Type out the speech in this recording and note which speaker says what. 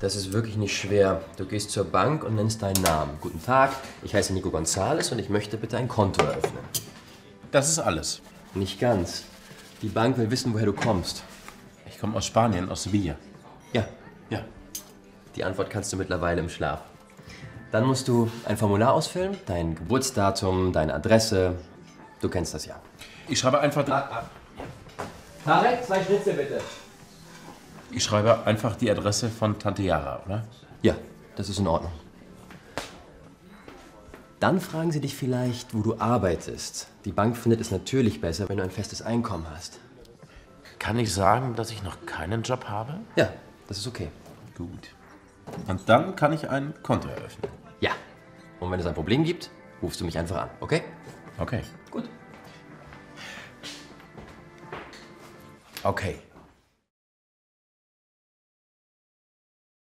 Speaker 1: Das ist wirklich nicht schwer. Du gehst zur Bank und nennst deinen Namen. Guten Tag, ich heiße Nico Gonzales und ich möchte bitte ein Konto eröffnen.
Speaker 2: Das ist alles.
Speaker 1: Nicht ganz. Die Bank will wissen, woher du kommst.
Speaker 2: Ich komme aus Spanien, aus Sevilla.
Speaker 1: Ja,
Speaker 2: Ja.
Speaker 1: die Antwort kannst du mittlerweile im Schlaf. Dann musst du ein Formular ausfüllen, dein Geburtsdatum, deine Adresse. Du kennst das ja.
Speaker 2: Ich schreibe einfach,
Speaker 1: Tarek, zwei Schnitzel bitte.
Speaker 2: ich schreibe einfach die Adresse von Tante Yara, oder?
Speaker 1: Ja, das ist in Ordnung. Dann fragen sie dich vielleicht, wo du arbeitest. Die Bank findet es natürlich besser, wenn du ein festes Einkommen hast.
Speaker 3: Kann ich sagen, dass ich noch keinen Job habe?
Speaker 1: Ja, das ist okay.
Speaker 2: Gut. Und dann kann ich ein Konto eröffnen.
Speaker 1: Ja. Und wenn es ein Problem gibt, rufst du mich einfach an, okay?
Speaker 2: Okay.
Speaker 1: Gut.
Speaker 2: Okay.